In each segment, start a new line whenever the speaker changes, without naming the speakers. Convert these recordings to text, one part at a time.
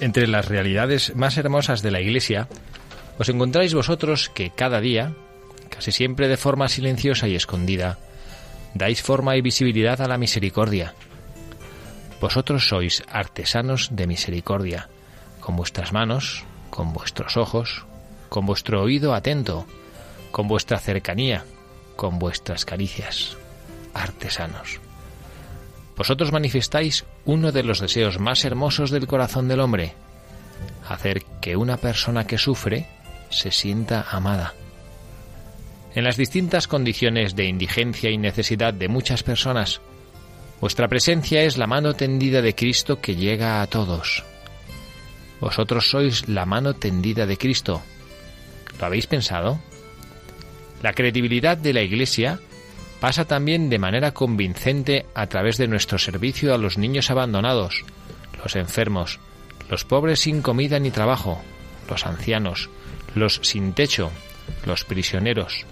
entre las realidades más hermosas de la Iglesia, os encontráis vosotros que cada día, casi siempre de forma silenciosa y escondida, dais forma y visibilidad a la misericordia. Vosotros sois artesanos de misericordia, con vuestras manos, con vuestros ojos, con vuestro oído atento, con vuestra cercanía, con vuestras caricias. Artesanos. Vosotros manifestáis uno de los deseos más hermosos del corazón del hombre, hacer que una persona que sufre se sienta amada. En las distintas condiciones de indigencia y necesidad de muchas personas, vuestra presencia es la mano tendida de Cristo que llega a todos. Vosotros sois la mano tendida de Cristo. ¿Lo habéis pensado? La credibilidad de la Iglesia pasa también de manera convincente a través de nuestro servicio a los niños abandonados, los enfermos, los pobres sin comida ni trabajo, los ancianos, los sin techo, los prisioneros,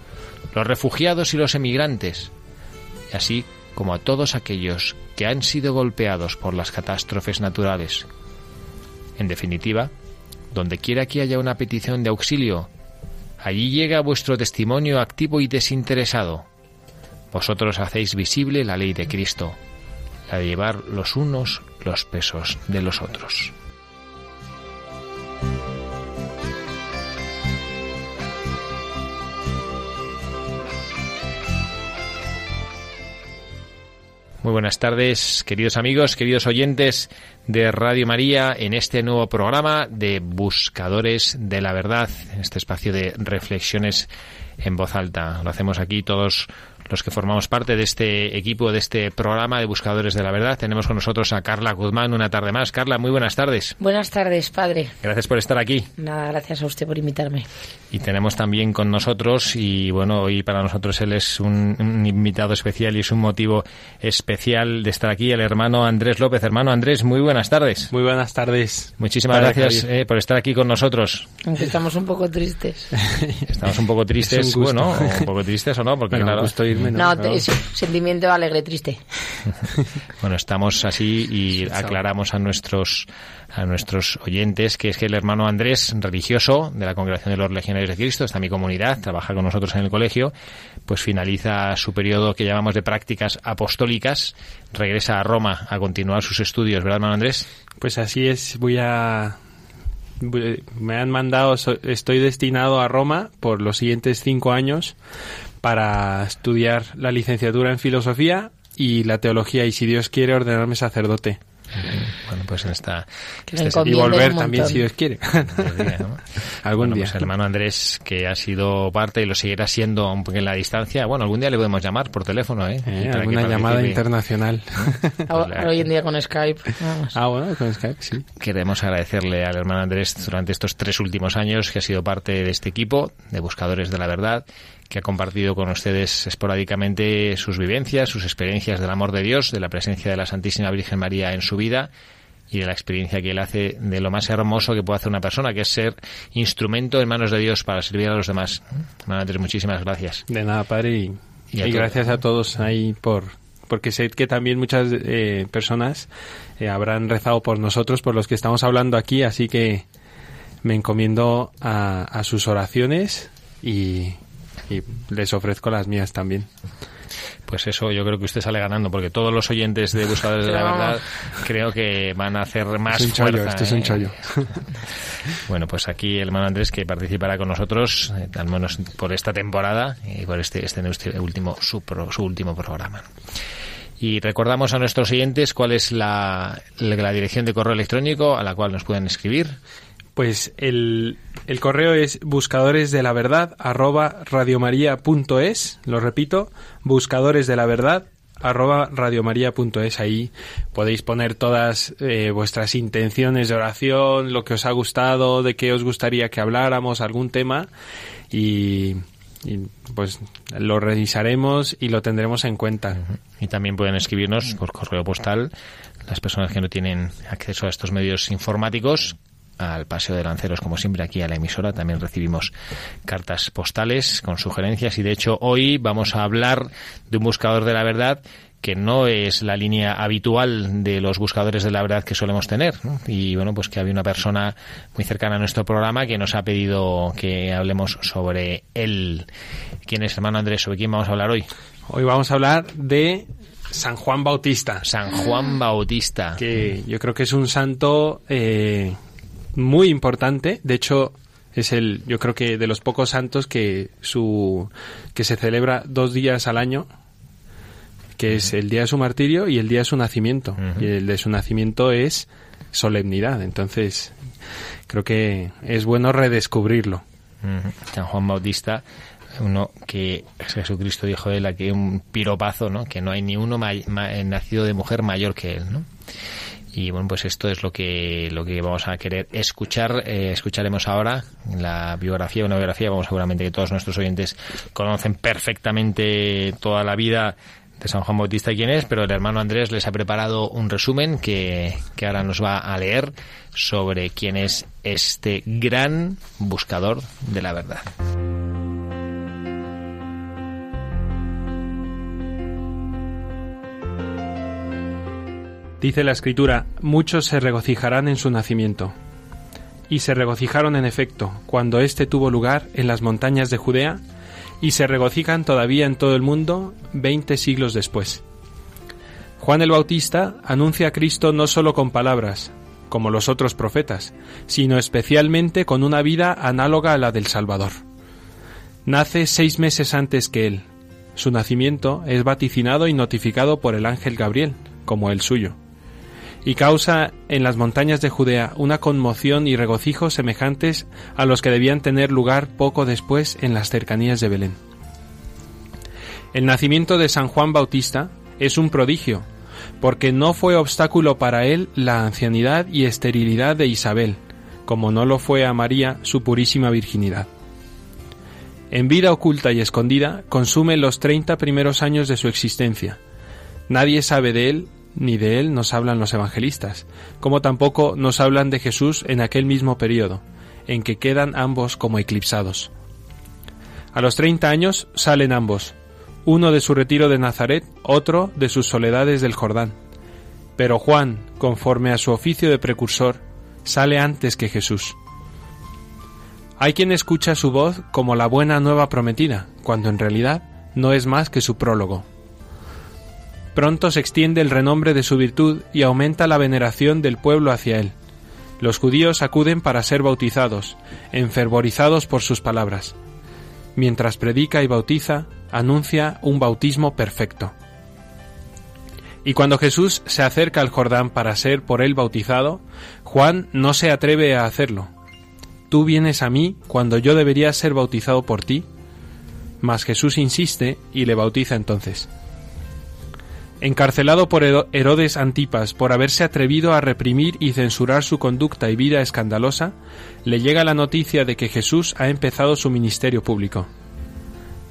los refugiados y los emigrantes, y así como a todos aquellos que han sido golpeados por las catástrofes naturales. En definitiva, donde quiera que haya una petición de auxilio, allí llega vuestro testimonio activo y desinteresado vosotros hacéis visible la ley de Cristo, la de llevar los unos los pesos de los otros. Muy buenas tardes, queridos amigos, queridos oyentes de Radio María, en este nuevo programa de Buscadores de la Verdad, este espacio de reflexiones en voz alta. Lo hacemos aquí todos los que formamos parte de este equipo, de este programa de Buscadores de la Verdad. Tenemos con nosotros a Carla Guzmán una tarde más. Carla, muy buenas tardes.
Buenas tardes, padre.
Gracias por estar aquí.
Nada, gracias a usted por invitarme.
Y tenemos también con nosotros, y bueno, hoy para nosotros él es un, un invitado especial y es un motivo especial de estar aquí, el hermano Andrés López. Hermano Andrés, muy buenas tardes.
Muy buenas tardes.
Muchísimas
Padre
gracias
Javier.
eh, por estar aquí con nosotros.
Aunque estamos un poco tristes.
Estamos un poco tristes,
Es un gusto.
bueno, o un poco tristes o no, porque
Bueno,
claro,
gusto irme, ¿no?
No,
Pero-
te- es sentimiento alegre, triste.
Bueno, estamos así y aclaramos a nuestros a nuestros oyentes que es que el hermano Andrés, religioso de la Congregación de los Legionarios de Cristo, está en mi comunidad, trabaja con nosotros en el colegio, pues finaliza su periodo que llamamos de prácticas apostólicas, regresa a Roma a continuar sus estudios, ¿verdad, hermano Andrés?
Pues así es, voy a... voy- Me han mandado, so- estoy destinado a Roma por los siguientes cinco años para estudiar la licenciatura en filosofía y la teología y si Dios quiere ordenarme sacerdote
Bueno, pues en esta
Que la
este-
y
encomienda Bien,
volver
un
también
montón.
si Dios quiere
día, ¿no?
algún
Bueno,
día.
pues el hermano Andrés, que ha sido parte y lo seguirá siendo aunque en la distancia. Bueno, algún día le podemos llamar por teléfono, ¿eh?
Eh,
Y para que
alguna llamada
participe.
internacional.
Ahora- Hoy en día con Skype. vamos.
ah, bueno, con Skype, sí.
Queremos agradecerle al hermano Andrés durante estos tres últimos años que ha sido parte de este equipo de Buscadores de la Verdad, que ha compartido con ustedes esporádicamente sus vivencias, sus experiencias del amor de Dios, de la presencia de la Santísima Virgen María en su vida y de la experiencia que él hace de lo más hermoso que puede hacer una persona, que es ser instrumento en manos de Dios para servir a los demás. Hermano Andrés, muchísimas gracias.
De nada, padre, y,
Y a
y
todos.
gracias a todos ahí por... Porque sé que también muchas eh, personas eh, habrán rezado por nosotros, por los que estamos hablando aquí, así que me encomiendo a, a sus oraciones y, y les ofrezco las mías también.
Pues eso yo creo que usted sale ganando, porque todos los oyentes de Buscadores de la
Pero
Verdad
vamos.
creo que van a hacer más
es un chollo,
fuerza,
esto es un
¿eh?
chollo.
Bueno, pues aquí el hermano Andrés que participará con nosotros, eh, al menos por esta temporada y por este, este nuestro último, su, pro- su último programa. Y recordamos a nuestros oyentes cuál es la, la- la dirección de correo electrónico a la cual nos pueden escribir.
Pues el, el correo es buscadores de la verdad arroba radiomaria.es, lo repito, buscadores de la verdad arroba radiomaria.es. Ahí podéis poner todas eh, vuestras intenciones de oración, lo que os ha gustado, de qué os gustaría que habláramos, algún tema y, y, pues lo revisaremos y lo tendremos en cuenta.
Y también pueden escribirnos por correo postal las personas que no tienen acceso a estos medios informáticos al Paseo de Lanceros, como siempre, aquí a la emisora. También recibimos cartas postales con sugerencias y, de hecho, hoy vamos a hablar de un buscador de la verdad que no es la línea habitual de los buscadores de la verdad que solemos tener. ¿no? Y, bueno, pues que había una persona muy cercana a nuestro programa que nos ha pedido que hablemos sobre él. ¿Quién es, hermano Andrés? ¿Sobre quién vamos a hablar hoy?
Hoy vamos a hablar de San Juan Bautista.
San Juan Bautista.
que yo creo que es un santo eh, muy importante. De hecho, es el, yo creo que de los pocos santos que su que se celebra dos días al año, que es el día de su martirio y el día de su nacimiento.
Ujú.
Y el de su nacimiento es solemnidad. Entonces, creo que es bueno redescubrirlo.
Ujú. San Juan Bautista, uno que Jesucristo dijo de él, a que un piropazo, ¿no? Que no hay ni uno may- ma- eh, nacido de mujer mayor que él, ¿no? Y bueno, pues esto es lo que lo que vamos a querer escuchar. Eh, escucharemos ahora la biografía, una biografía, vamos seguramente que todos nuestros oyentes conocen perfectamente toda la vida de San Juan Bautista quién es, pero el hermano Andrés les ha preparado un resumen que, que ahora nos va a leer sobre quién es este gran buscador de la verdad.
Dice la escritura, muchos se regocijarán en su nacimiento. Y se regocijaron en efecto cuando éste tuvo lugar en las montañas de Judea, y se regocijan todavía en todo el mundo veinte siglos después. Juan el Bautista anuncia a Cristo no solo con palabras, como los otros profetas, sino especialmente con una vida análoga a la del Salvador. Nace seis meses antes que él. Su nacimiento es vaticinado y notificado por el ángel Gabriel, como el suyo, y causa en las montañas de Judea una conmoción y regocijo semejantes a los que debían tener lugar poco después en las cercanías de Belén. El nacimiento de San Juan Bautista es un prodigio, porque no fue obstáculo para él la ancianidad y esterilidad de Isabel, como no lo fue a María su purísima virginidad. En vida oculta y escondida consume los 30 primeros años de su existencia. Nadie sabe de él, ni de él nos hablan los evangelistas, como tampoco nos hablan de Jesús en aquel mismo periodo, en que quedan ambos como eclipsados. A los 30 años salen ambos, uno de su retiro de Nazaret, otro de sus soledades del Jordán. Pero Juan, conforme a su oficio de precursor, sale antes que Jesús. Hay quien escucha su voz como la buena nueva prometida, cuando en realidad no es más que su prólogo. Pronto se extiende el renombre de su virtud y aumenta la veneración del pueblo hacia él. Los judíos acuden para ser bautizados, enfervorizados por sus palabras. Mientras predica y bautiza, anuncia un bautismo perfecto. Y cuando Jesús se acerca al Jordán para ser por él bautizado, Juan no se atreve a hacerlo. Tú vienes a mí cuando yo debería ser bautizado por ti. Mas Jesús insiste y le bautiza entonces encarcelado por Herodes Antipas por haberse atrevido a reprimir y censurar su conducta y vida escandalosa, le llega la noticia de que Jesús ha empezado su ministerio público.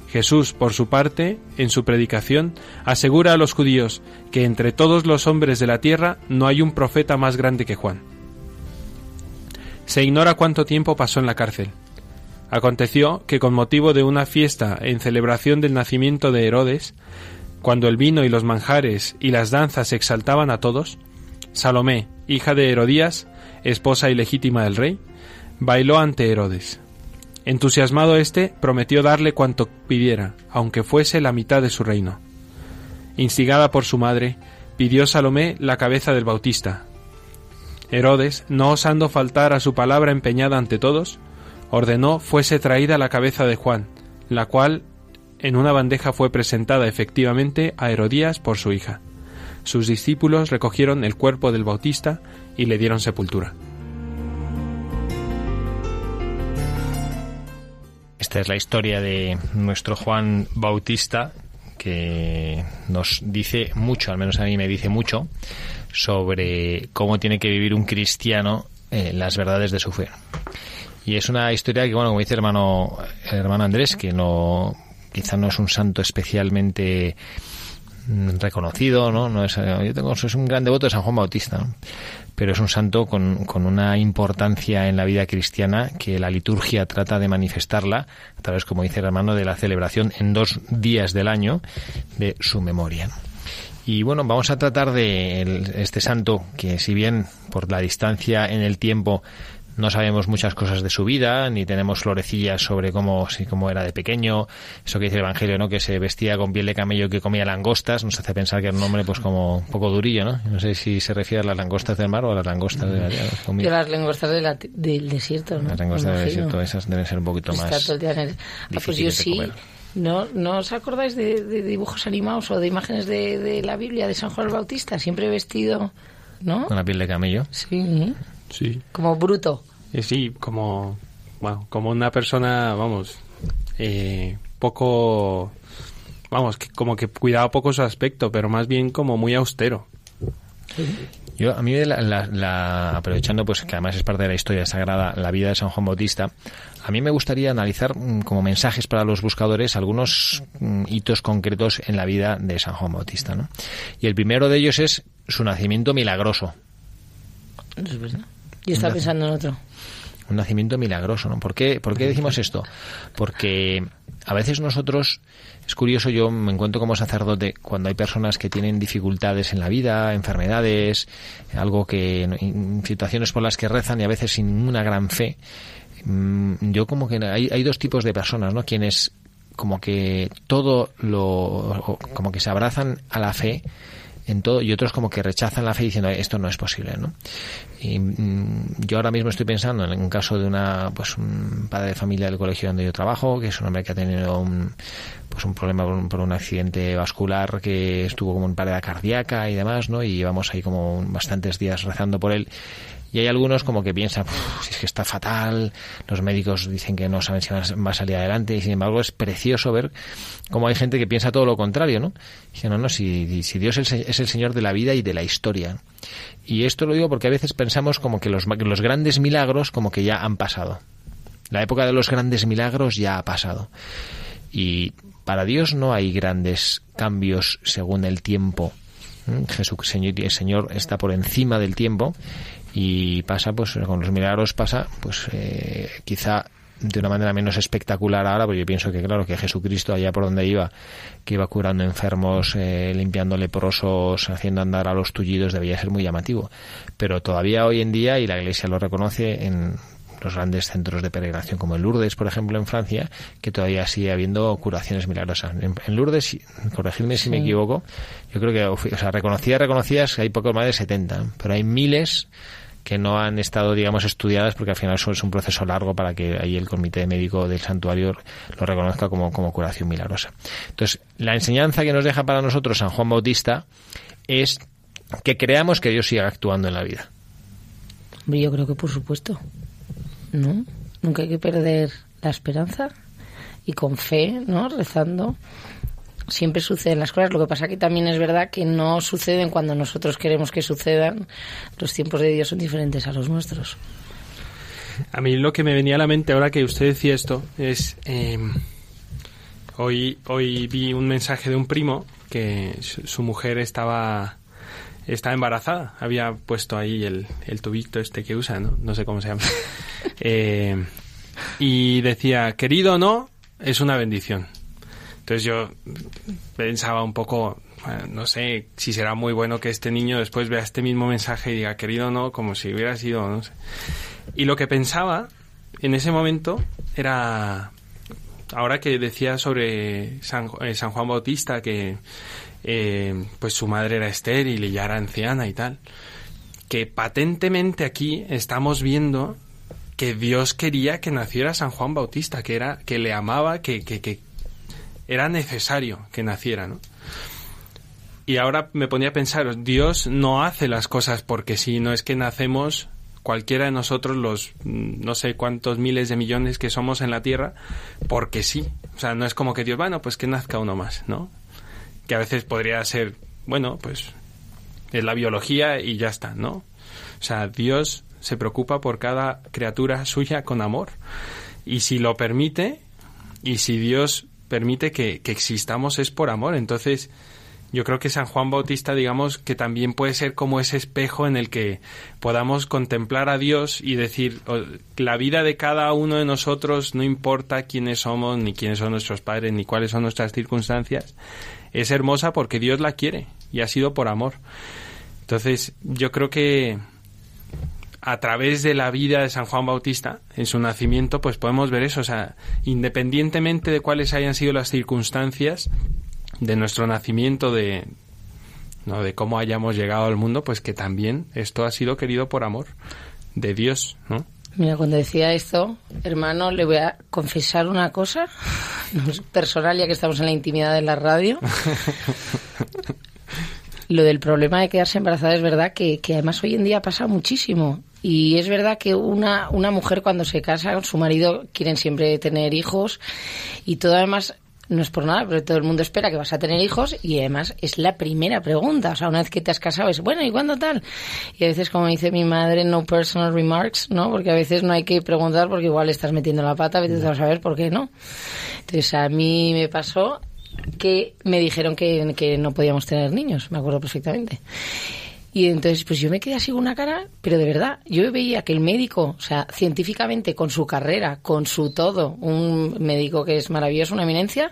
Jesús, por su parte, en su predicación, asegura a los judíos que entre todos los hombres de la tierra no hay un profeta más grande que Juan. Se ignora cuánto tiempo pasó en la cárcel. Aconteció que con motivo de una fiesta en celebración del nacimiento de Herodes, cuando el vino y los manjares y las danzas exaltaban a todos, Salomé, hija de Herodías, esposa ilegítima del rey, bailó ante Herodes. Entusiasmado éste, prometió darle cuanto pidiera, aunque fuese la mitad de su reino. Instigada por su madre, pidió Salomé la cabeza del Bautista. Herodes, no osando faltar a su palabra empeñada ante todos, ordenó fuese traída la cabeza de Juan, la cual en una bandeja fue presentada efectivamente a Herodías por su hija. Sus discípulos recogieron el cuerpo del Bautista y le dieron sepultura.
Esta es la historia de nuestro Juan Bautista que nos dice mucho, al menos a mí me dice mucho, sobre cómo tiene que vivir un cristiano eh, las verdades de su fe. Y es una historia que, bueno, como dice el hermano, el hermano Andrés, que no quizá no es un santo especialmente reconocido, ¿no? no es, eh, yo tengo, soy un gran devoto de San Juan Bautista, ¿no? pero es un santo con, con, una importancia en la vida cristiana que la liturgia trata de manifestarla a través, como dice el hermano, de la celebración en dos días del año de su memoria. Y bueno, vamos a tratar de el, este santo que si bien por la distancia en el tiempo no sabemos muchas cosas de su vida, ni tenemos florecillas sobre cómo, si, cómo era de pequeño, eso que dice el Evangelio, ¿no? que se vestía con piel de camello y que comía langostas, nos hace pensar que era un hombre pues como un poco durillo, ¿no? No sé si se refiere a las langostas del mar o a las langostas de la
De las langostas de la, del desierto, Mm. ¿no?
Las langostas del desierto, esas deben ser un poquito más
Está todo el día en el- Ah, pues yo
difíciles de
sí.
comer.
¿No, ¿No os acordáis de, de dibujos animados o de imágenes de, de la Biblia de San Juan el Bautista? Siempre vestido, ¿no?
con la piel de camello.
Sí,
Sí,
como bruto.
Eh, sí, como, bueno, como una persona, vamos, eh, poco, vamos, que como que cuidaba poco su aspecto, pero más bien como muy austero.
Yo, a mí, de la, la- la- aprovechando, pues que además es parte de la historia sagrada, la vida de San Juan Bautista, a mí me gustaría analizar mm, como mensajes para los buscadores algunos mm, hitos concretos en la vida de San Juan Bautista. ¿no? Y el primero de ellos es su nacimiento milagroso.
No es verdad. Pues Yo estaba pensando en otro.
un nacimiento milagroso, ¿no? ¿Por qué, por qué decimos esto? Porque a veces nosotros, es curioso, yo me encuentro como sacerdote cuando hay personas que tienen dificultades en la vida, enfermedades, algo que, en situaciones por las que rezan y a veces sin una gran fe. Mm, Yo como que hay, hay dos tipos de personas, ¿no? Quienes como que todo lo, o como que se abrazan a la fe en todo y otros como que rechazan la fe diciendo esto no es posible, ¿no? Y, mm, yo ahora mismo estoy pensando en un caso de una pues un padre de familia del colegio donde yo trabajo que es un hombre que ha tenido un, pues un problema por un, por un accidente vascular que estuvo como en parada cardíaca y demás no y llevamos ahí como un- bastantes días rezando por él Y hay algunos como que piensan, "Uf, si es que está fatal, los médicos dicen que no saben si van a- va a salir adelante, y sin embargo es precioso ver cómo hay gente que piensa todo lo contrario, ¿no? Dice, no, no, si, si Dios es el, se- es el Señor de la vida y de la historia. Y esto lo digo porque a veces pensamos como que los, ma- los grandes milagros como que ya han pasado. La época de los grandes milagros ya ha pasado. Y para Dios no hay grandes cambios según el tiempo. ¿Mm? Jesús, Señor, el Señor está por encima del tiempo y pasa, pues con los milagros pasa, pues eh, quizá de una manera menos espectacular ahora, porque yo pienso que claro que Jesucristo allá por donde iba, que iba curando enfermos, eh, limpiando leprosos, haciendo andar a los tullidos, debía ser muy llamativo. Pero todavía hoy en día, y la Iglesia lo reconoce en los grandes centros de peregrinación como en Lourdes, por ejemplo, en Francia, que todavía sigue habiendo curaciones milagrosas. En, en Lourdes, si- corregidme si me
Sí.
equivoco, yo creo que, ofi- o sea, reconocidas, reconocidas, hay poco más de 70, pero hay miles que no han estado, digamos, estudiadas porque al final eso es un proceso largo para que ahí el comité médico del santuario lo reconozca como, como curación milagrosa. Entonces, la enseñanza que nos deja para nosotros San Juan Bautista es que creamos que Dios siga actuando en la vida.
Hombre, yo creo que por supuesto. ¿No? Nunca hay que perder la esperanza y con fe, ¿no? Rezando. Siempre suceden las cosas. Lo que pasa que también es verdad que no suceden cuando nosotros queremos que sucedan. Los tiempos de Dios son diferentes a los nuestros.
A mí lo que me venía a la mente ahora que usted decía esto es... eh, hoy, hoy vi un mensaje de un primo que su, su mujer estaba, estaba embarazada. Había puesto ahí el, el tubito este que usa, ¿no? No sé cómo se llama. Eh, y decía, querido o no, es una bendición. Entonces yo pensaba un poco, bueno, no sé si será muy bueno que este niño después vea este mismo mensaje y diga, querido o no, como si hubiera sido, no sé. Y lo que pensaba en ese momento era, ahora que decía sobre San, eh, San Juan Bautista, que eh, pues su madre era estéril y ya era anciana y tal, que patentemente aquí estamos viendo que Dios quería que naciera San Juan Bautista, que era que le amaba, que, que- que era necesario que naciera, ¿no? Y ahora me ponía a pensar, Dios no hace las cosas porque sí, no es que nacemos cualquiera de nosotros los mm, no sé cuántos miles de millones que somos en la tierra porque sí. O sea, no es como que Dios, bueno, pues que nazca uno más, ¿no? Que a veces podría ser, bueno, pues es la biología y ya está, ¿no? O sea, Dios se preocupa por cada criatura suya con amor. Y si lo permite, y si Dios permite que, que existamos es por amor. Entonces, yo creo que San Juan Bautista, digamos, que también puede ser como ese espejo en el que podamos contemplar a Dios y decir, o- la vida de cada uno de nosotros, no importa quiénes somos, ni quiénes son nuestros padres, ni cuáles son nuestras circunstancias, es hermosa porque Dios la quiere y ha sido por amor. Entonces, yo creo que a través de la vida de San Juan Bautista, en su nacimiento, pues podemos ver eso. O sea, independientemente de cuáles hayan sido las circunstancias de nuestro nacimiento, de, ¿no? de cómo hayamos llegado al mundo, pues que también esto ha sido querido por amor de Dios, ¿no?
Mira, cuando decía esto, hermano, le voy a confesar una cosa no es personal, ya que estamos en la intimidad de la radio. Lo del problema de quedarse embarazada es verdad que, que además hoy en día pasa muchísimo. Y es verdad que una, una mujer cuando se casa con su marido quieren siempre tener hijos y todo además no es por nada, pero todo el mundo espera que vas a tener hijos y además es la primera pregunta. O sea, una vez que te has casado es, bueno, ¿y cuándo tal? Y a veces, como dice mi madre, no personal remarks, ¿no? Porque a veces no hay que preguntar porque igual estás metiendo la pata, vete tú a saber por qué no. Entonces a mí me pasó que me dijeron que, que no podíamos tener niños, me acuerdo perfectamente. Y entonces, pues yo me quedé así con una cara, pero de verdad, yo veía que el médico, o sea, científicamente, con su carrera, con su todo, un médico que es maravilloso, una eminencia,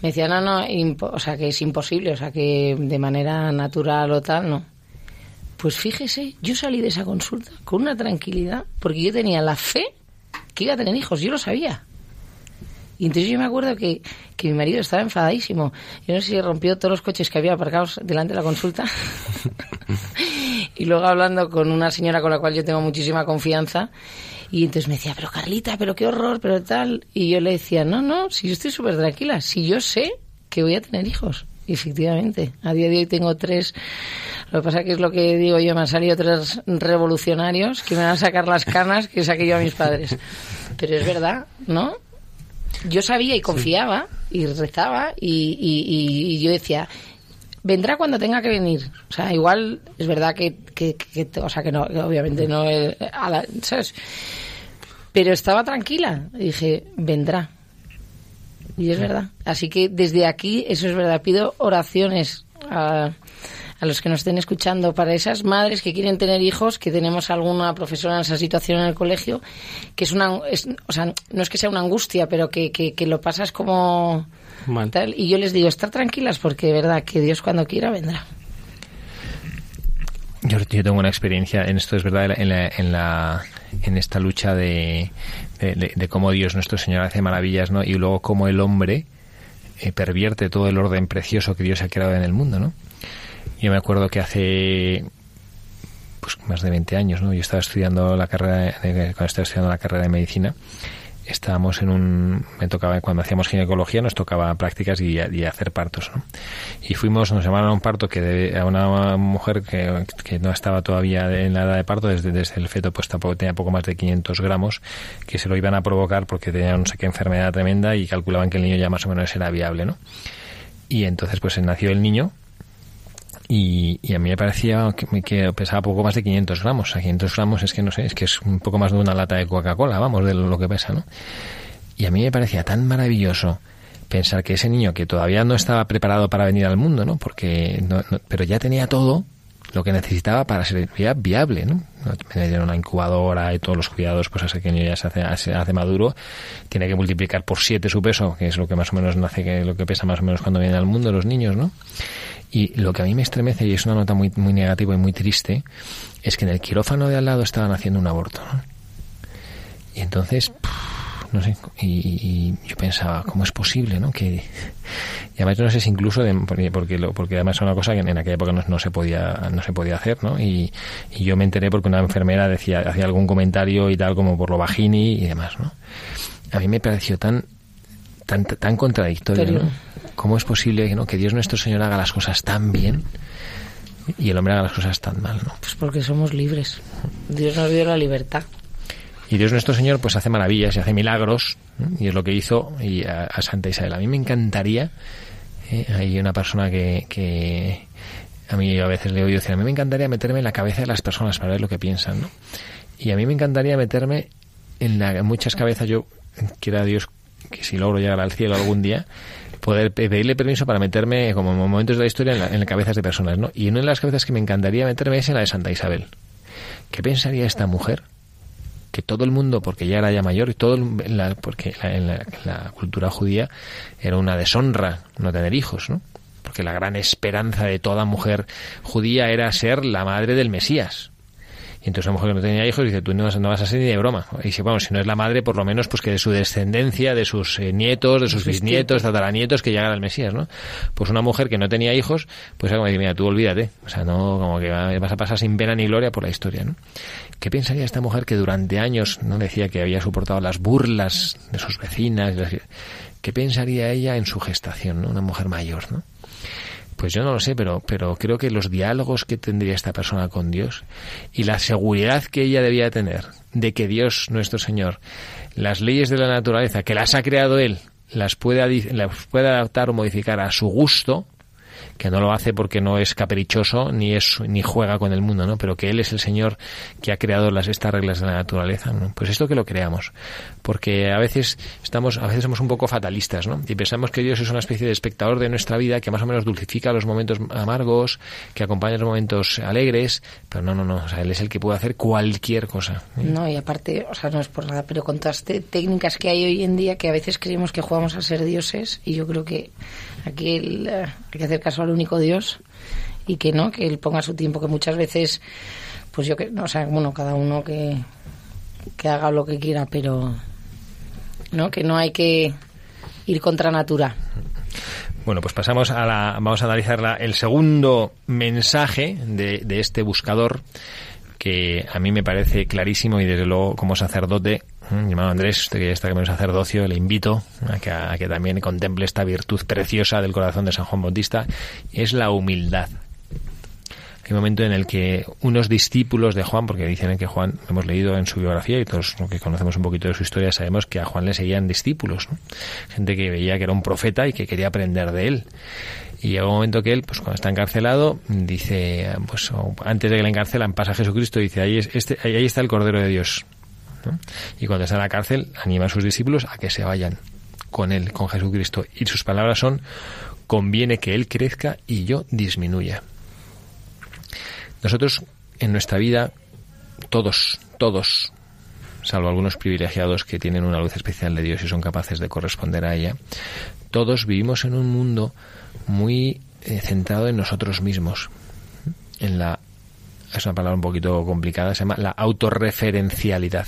me decía, no, no, impo- o sea, que es imposible, o sea, que de manera natural o tal, no. Pues fíjese, yo salí de esa consulta con una tranquilidad, porque yo tenía la fe que iba a tener hijos, yo lo sabía. Y entonces yo me acuerdo que, que mi marido estaba enfadadísimo. Yo no sé si rompió todos los coches que había aparcados delante de la consulta. y luego hablando con una señora con la cual yo tengo muchísima confianza. Y entonces me decía, pero Carlita, pero qué horror, pero tal. Y yo le decía, no, no, si yo estoy súper tranquila, si yo sé que voy a tener hijos. Y efectivamente, a día de hoy tengo tres Lo que pasa es que es lo que digo yo, me han salido tres revolucionarios que me van a sacar las canas que saqué yo a mis padres. Pero es verdad, ¿no? Yo sabía y confiaba y rezaba y, y- y- y yo decía, vendrá cuando tenga que venir. O sea, igual es verdad que, que- que- que- o sea, que no, que obviamente no, eh, a la- ¿sabes? Pero estaba tranquila. Y dije, vendrá. Y es verdad. Así que desde aquí, eso es verdad, pido oraciones a, a los que nos estén escuchando, para esas madres que quieren tener hijos, que tenemos alguna profesora en esa situación en el colegio, que es una, es- o sea, no es que sea una angustia, pero que, que, que lo pasas como
Mal.
tal. Y yo les digo, estar tranquilas, porque de verdad que Dios cuando quiera vendrá.
Yo, yo tengo una experiencia en esto, es verdad, en, la, en, la- en esta lucha de, de, de- de cómo Dios nuestro Señor hace maravillas, ¿no? Y luego cómo el hombre eh, pervierte todo el orden precioso que Dios ha creado en el mundo, ¿no? Yo me acuerdo que hace pues, más de 20 años, ¿no? Yo estaba estudiando la carrera, de- de- cuando estaba estudiando la carrera de medicina, estábamos en un, me tocaba, cuando hacíamos ginecología nos tocaba prácticas y, y hacer partos, ¿no? Y fuimos, nos llamaron a un parto que de- a una mujer que, que no estaba todavía en la edad de parto, desde, desde el feto pues tampoco tenía poco más de 500 gramos, que se lo iban a provocar porque tenía no sé qué enfermedad tremenda y calculaban que el niño ya más o menos era viable, ¿no? Y entonces pues nació el niño y, y a mí me parecía que, que pesaba poco más de 500 gramos. O sea, 500 gramos es que no sé, es que es un poco más de una lata de Coca-Cola, vamos, de lo que pesa, ¿no? Y a mí me parecía tan maravilloso pensar que ese niño que todavía no estaba preparado para venir al mundo, ¿no? Porque no- no- pero ya tenía todo lo que necesitaba para ser ya viable, ¿no? Me dieron una incubadora y todos los cuidados, pues hasta que el niño ya se hace, se hace maduro, tiene que multiplicar por siete su peso, que es lo que más o menos nace, que lo que pesa más o menos cuando vienen al mundo los niños, ¿no? Y lo que a mí me estremece, y es una nota muy, muy negativa y muy triste, es que en el quirófano de al lado estaban haciendo un aborto, ¿no? Y entonces, puf, no sé, y, y- y yo pensaba, ¿cómo es posible, no? Que, y además no sé si incluso, de- porque, porque, lo- porque además era una cosa que en, en aquella época no, no se podía no se podía hacer, ¿no? Y, y yo me enteré porque una enfermera decía hacía algún comentario y tal, como por lo bajini y demás, ¿no? A mí me pareció tan tan, tan contradictorio,
Terrible.
¿no? ¿Cómo es posible ¿no? que Dios nuestro Señor haga las cosas tan bien y el hombre haga las cosas tan mal, ¿no?
Pues porque somos libres. Dios nos dio la libertad.
Y Dios nuestro Señor pues hace maravillas y hace milagros ¿no? y es lo que hizo y a, a Santa Isabel. A mí me encantaría, eh, hay una persona que, que a mí a veces le oigo decir, a mí me encantaría meterme en la cabeza de las personas para ver lo que piensan, ¿no? Y a mí me encantaría meterme en, la, en muchas cabezas, yo quiera Dios que si logro llegar al cielo algún día, poder pe- pedirle permiso para meterme como en momentos de la historia en, la- en las cabezas de personas, ¿no? Y una de las cabezas que me encantaría meterme es en la de Santa Isabel. ¿Qué pensaría esta mujer que todo el mundo, porque ya era ya mayor, y todo el- la, porque la, en la, en la cultura judía era una deshonra no tener hijos, ¿no? Porque la gran esperanza de toda mujer judía era ser la madre del Mesías. Y entonces la mujer que no tenía hijos dice, tú no vas, no vas a ser ni de broma. Y dice, bueno, si no es la madre, por lo menos pues que de su descendencia, de sus eh, nietos, de sus bisnietos, tataranietos, que llegara el Mesías, ¿no? Pues una mujer que no tenía hijos, pues era como decir, mira, tú olvídate. O sea, no, como que va- vas a pasar sin pena ni gloria por la historia, ¿no? ¿Qué pensaría esta mujer que durante años no decía que había soportado las burlas de sus vecinas? las- ¿Qué pensaría ella en su gestación, ¿no? Una mujer mayor, ¿no? Pues yo no lo sé, pero, pero creo que los diálogos que tendría esta persona con Dios y la seguridad que ella debía tener de que Dios, nuestro Señor, las leyes de la naturaleza, que las ha creado Él, las puede, adi- las puede adaptar o modificar a su gusto, que no lo hace porque no es caprichoso ni es ni juega con el mundo, ¿no? Pero que él es el Señor que ha creado las estas reglas de la naturaleza, ¿no? Pues esto que lo creamos, porque a veces estamos a veces somos un poco fatalistas, ¿no? Y pensamos que Dios es una especie de espectador de nuestra vida que más o menos dulcifica los momentos amargos, que acompaña los momentos alegres, pero no, no, no, o sea, él es el que puede hacer cualquier cosa. ¿eh?
No, y aparte, o sea, no es por nada, pero con todas las técnicas que hay hoy en día que a veces creemos que jugamos a ser dioses y yo creo que aquí el, eh, hay que hacer caso al único Dios y que no, que él ponga su tiempo, que muchas veces, pues yo que, no, o sea, bueno, cada uno que, que haga lo que quiera, pero no, que no hay que ir contra natura.
Bueno, pues pasamos a la. Vamos a analizar la- el segundo mensaje de, de este buscador que a mí me parece clarísimo y desde luego como sacerdote, ¿eh? mi hermano Andrés, usted que ya está con el sacerdocio, le invito a que, a que también contemple esta virtud preciosa del corazón de San Juan Bautista, es la humildad. el momento en el que unos discípulos de Juan, porque dicen que Juan, lo hemos leído en su biografía y todos los que conocemos un poquito de su historia sabemos que a Juan le seguían discípulos, ¿no? gente que veía que era un profeta y que quería aprender de él. Y llega un momento que él, pues cuando está encarcelado, dice, pues antes de que le encarcelan, pasa a Jesucristo y dice, ahí, es, este, ahí está el Cordero de Dios. ¿no? Y cuando está en la cárcel, anima a sus discípulos a que se vayan con él, con Jesucristo. Y sus palabras son, conviene que él crezca y yo disminuya. Nosotros en nuestra vida, todos, todos, salvo algunos privilegiados que tienen una luz especial de Dios y son capaces de corresponder a ella, todos vivimos en un mundo muy eh, centrado en nosotros mismos, en la es una palabra un poquito complicada, se llama la autorreferencialidad.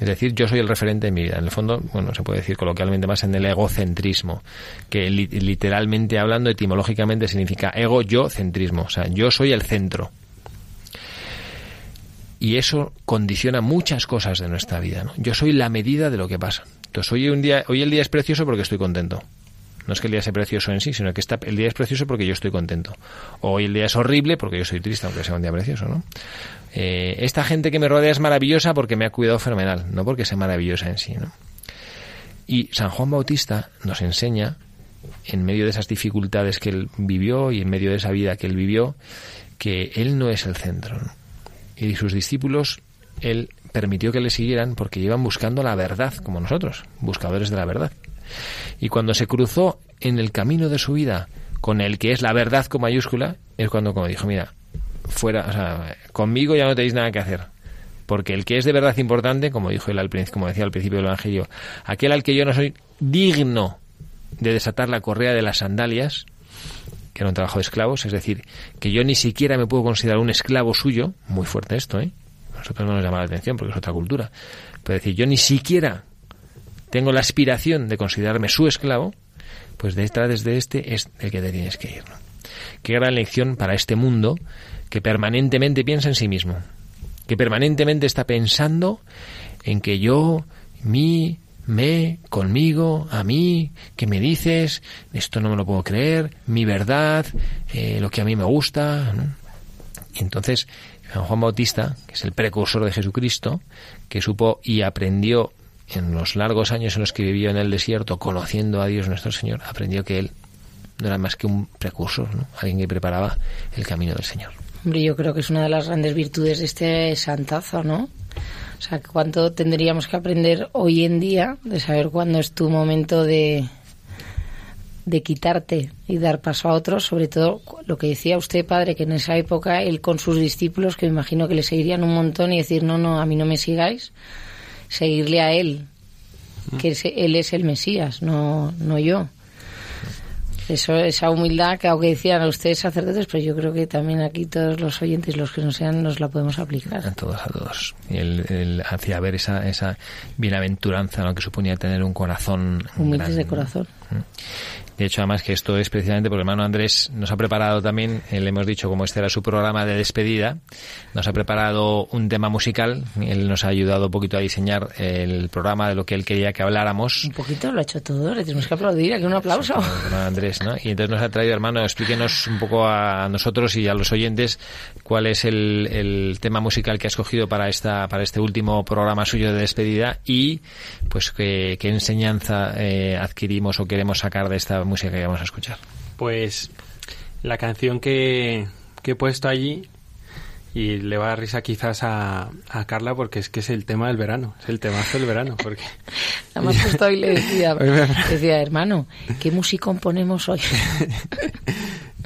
Es decir, yo soy el referente de mi vida. En el fondo, bueno, se puede decir coloquialmente más en el egocentrismo, que li literalmente hablando, etimológicamente significa ego-yo-centrismo. O sea, yo soy el centro. Y eso condiciona muchas cosas de nuestra vida. ¿no? Yo soy la medida de lo que pasa. Entonces, hoy, un día, hoy el día es precioso porque estoy contento. No es que el día sea precioso en sí, sino que está, el día es precioso porque yo estoy contento. O hoy el día es horrible porque yo estoy triste, aunque sea un día precioso, ¿no? Eh, esta gente que me rodea es maravillosa porque me ha cuidado fenomenal, no porque sea maravillosa en sí, ¿no? Y San Juan Bautista nos enseña, en medio de esas dificultades que él vivió y en medio de esa vida que él vivió, que él no es el centro. ¿no? Y sus discípulos, él permitió que le siguieran porque iban buscando la verdad, como nosotros, buscadores de la verdad. Y cuando se cruzó en el camino de su vida con el que es la verdad con mayúscula, es cuando como dijo, mira, fuera, o sea, conmigo ya no tenéis nada que hacer. Porque el que es de verdad importante, como dijo él al como decía al principio del Evangelio, aquel al que yo no soy digno de desatar la correa de las sandalias, que era un trabajo de esclavos, es decir, que yo ni siquiera me puedo considerar un esclavo suyo, muy fuerte esto, ¿eh? A nosotros no nos llama la atención porque es otra cultura. Pero es decir, yo ni siquiera tengo la aspiración de considerarme su esclavo, pues detrás de este es el que te tienes que ir. ¿no? Qué gran lección para este mundo que permanentemente piensa en sí mismo, que permanentemente está pensando en que yo, mí, me, conmigo, a mí, que me dices, esto no me lo puedo creer, mi verdad, eh, lo que a mí me gusta. ¿no? Entonces, San Juan Bautista, que es el precursor de Jesucristo, que supo y aprendió en los largos años en los que vivió en el desierto, conociendo a Dios nuestro Señor, aprendió que Él no era más que un precursor, ¿no? alguien que preparaba el camino del Señor.
Hombre, yo creo que es una de las grandes virtudes de este santazo, ¿no? O sea, ¿cuánto tendríamos que aprender hoy en día de saber cuándo es tu momento de, de quitarte y dar paso a otros, sobre todo lo que decía usted, padre, que en esa época él con sus discípulos, que me imagino que le seguirían un montón y decir, no, no, a mí no me sigáis, seguirle a él, que él es el Mesías, no, no yo. Eso, esa humildad que aunque decían a ustedes sacerdotes, pues yo creo que también aquí todos los oyentes, los que no sean, nos la podemos aplicar.
A todos, a todos. Y él, él hacía ver esa, esa bienaventuranza, lo ¿no? que suponía tener un corazón...
Humildes gran... de corazón.
De hecho, además que esto es precisamente porque el hermano Andrés nos ha preparado también, le hemos dicho como este era su programa de despedida, nos ha preparado un tema musical, él nos ha ayudado un poquito a diseñar el programa de lo que él quería que habláramos.
Un poquito lo ha hecho todo, le tenemos que aplaudir, aquí un aplauso.
Sí, hermano Andrés, ¿no? Y entonces nos ha traído, hermano, explíquenos un poco a nosotros y a los oyentes cuál es el, el tema musical que ha escogido para esta para este último programa suyo de despedida y pues qué, qué enseñanza eh, adquirimos o queremos sacar de esta música que vamos a escuchar?
Pues la canción que, que, he puesto allí y le va a dar risa quizás a, a, Carla porque es que es el tema del verano, es el temazo del verano. Porque...
Además justo hoy le decía, decía, hermano, ¿qué músico ponemos hoy?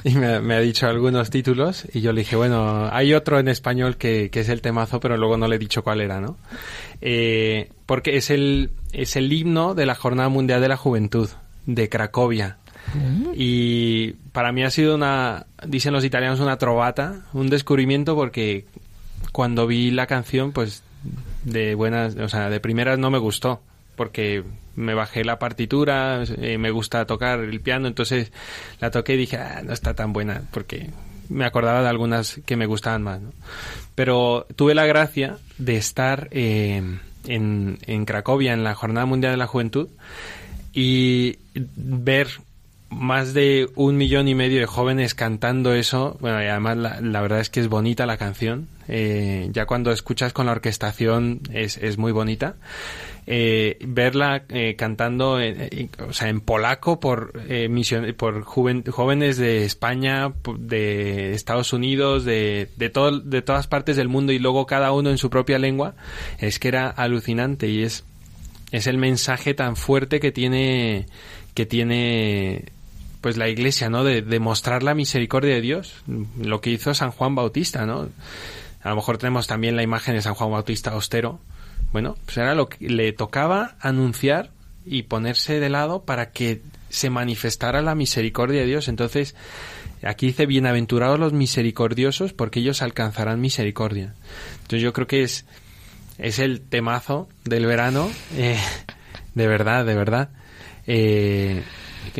y me, me, ha dicho algunos títulos y yo le dije, bueno, hay otro en español que, que es el temazo, pero luego no le he dicho cuál era, ¿no? Eh, porque es el, es el himno de la Jornada Mundial de la Juventud de Cracovia. Y para mí ha sido una, dicen los italianos, una trovata, un descubrimiento porque cuando vi la canción, pues de buenas, o sea, de primeras no me gustó, porque me bajé la partitura, eh, me gusta tocar el piano, entonces la toqué y dije, ah, no está tan buena, porque me acordaba de algunas que me gustaban más. ¿no? Pero tuve la gracia de estar eh, en, en Cracovia, en la Jornada Mundial de la Juventud, y ver más de un millón y medio de jóvenes cantando eso. Bueno, y además la, la verdad es que es bonita la canción. Eh, ya cuando escuchas con la orquestación es, es muy bonita. Eh, verla eh, cantando en, o sea, en polaco por, eh, mision por juven jóvenes de España, de Estados Unidos, de, de, todo, de todas partes del mundo y luego cada uno en su propia lengua, es que era alucinante y es, es el mensaje tan fuerte que tiene que tiene pues la iglesia, ¿no? De, de, mostrar la misericordia de Dios, lo que hizo San Juan Bautista, ¿no? A lo mejor tenemos también la imagen de San Juan Bautista austero. Bueno, pues era lo que le tocaba anunciar y ponerse de lado para que se manifestara la misericordia de Dios. Entonces, aquí dice, bienaventurados los misericordiosos porque ellos alcanzarán misericordia. Entonces yo creo que es, es el temazo del verano, eh, de verdad, de verdad. Eh,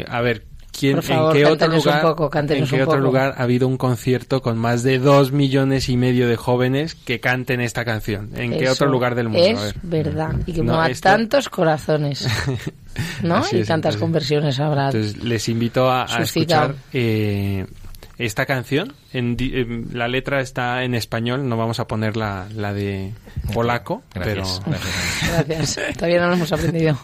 a ver, ¿quién,
favor,
¿en qué otro lugar,
un poco,
¿en qué
un
otro
poco.
lugar ha habido un concierto con más de dos millones y medio de jóvenes que canten esta canción? ¿En qué
Eso
otro lugar del mundo?
Es
a ver.
verdad. Y que
No,
mueva
esto-
tantos corazones. ¿No?
Así
Y
es,
tantas
entonces-
conversiones habrá.
Entonces les invito a, a
Suscitado.
escuchar eh, esta canción. En di- em, la letra está en español, no vamos a poner la, la de polaco,
Gracias,
pero...
gracias.
Gracias. Todavía no lo hemos aprendido.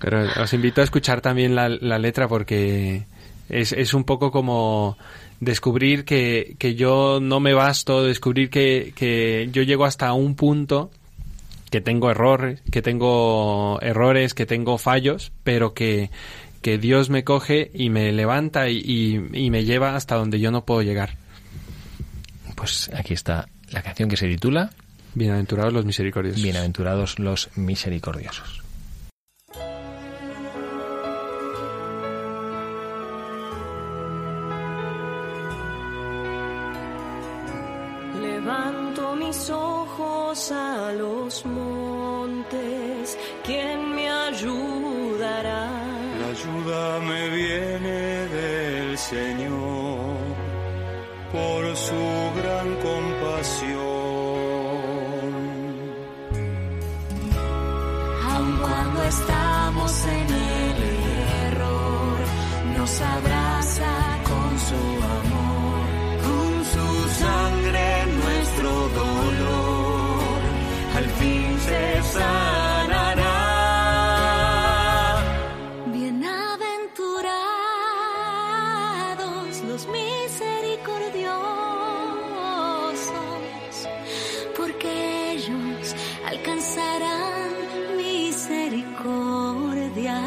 Pero os invito a escuchar también la, la letra porque es, es un poco como descubrir que, que yo no me basto, descubrir que, que yo llego hasta un punto que tengo errores, que tengo errores, que tengo fallos, pero que, que Dios me coge y me levanta y, y- y me lleva hasta donde yo no puedo llegar.
Pues aquí está la canción que se titula
Bienaventurados los misericordiosos.
Bienaventurados los misericordiosos.
Levanto mis ojos a los montes, ¿quién me ayudará?
La ayuda me viene del Señor por su gran compasión.
Aun cuando estamos en el error, nos abraza con su amor,
Con su sangre nuestro dolor al fin se sanará.
Bienaventurados los misericordiosos, porque ellos alcanzarán misericordia.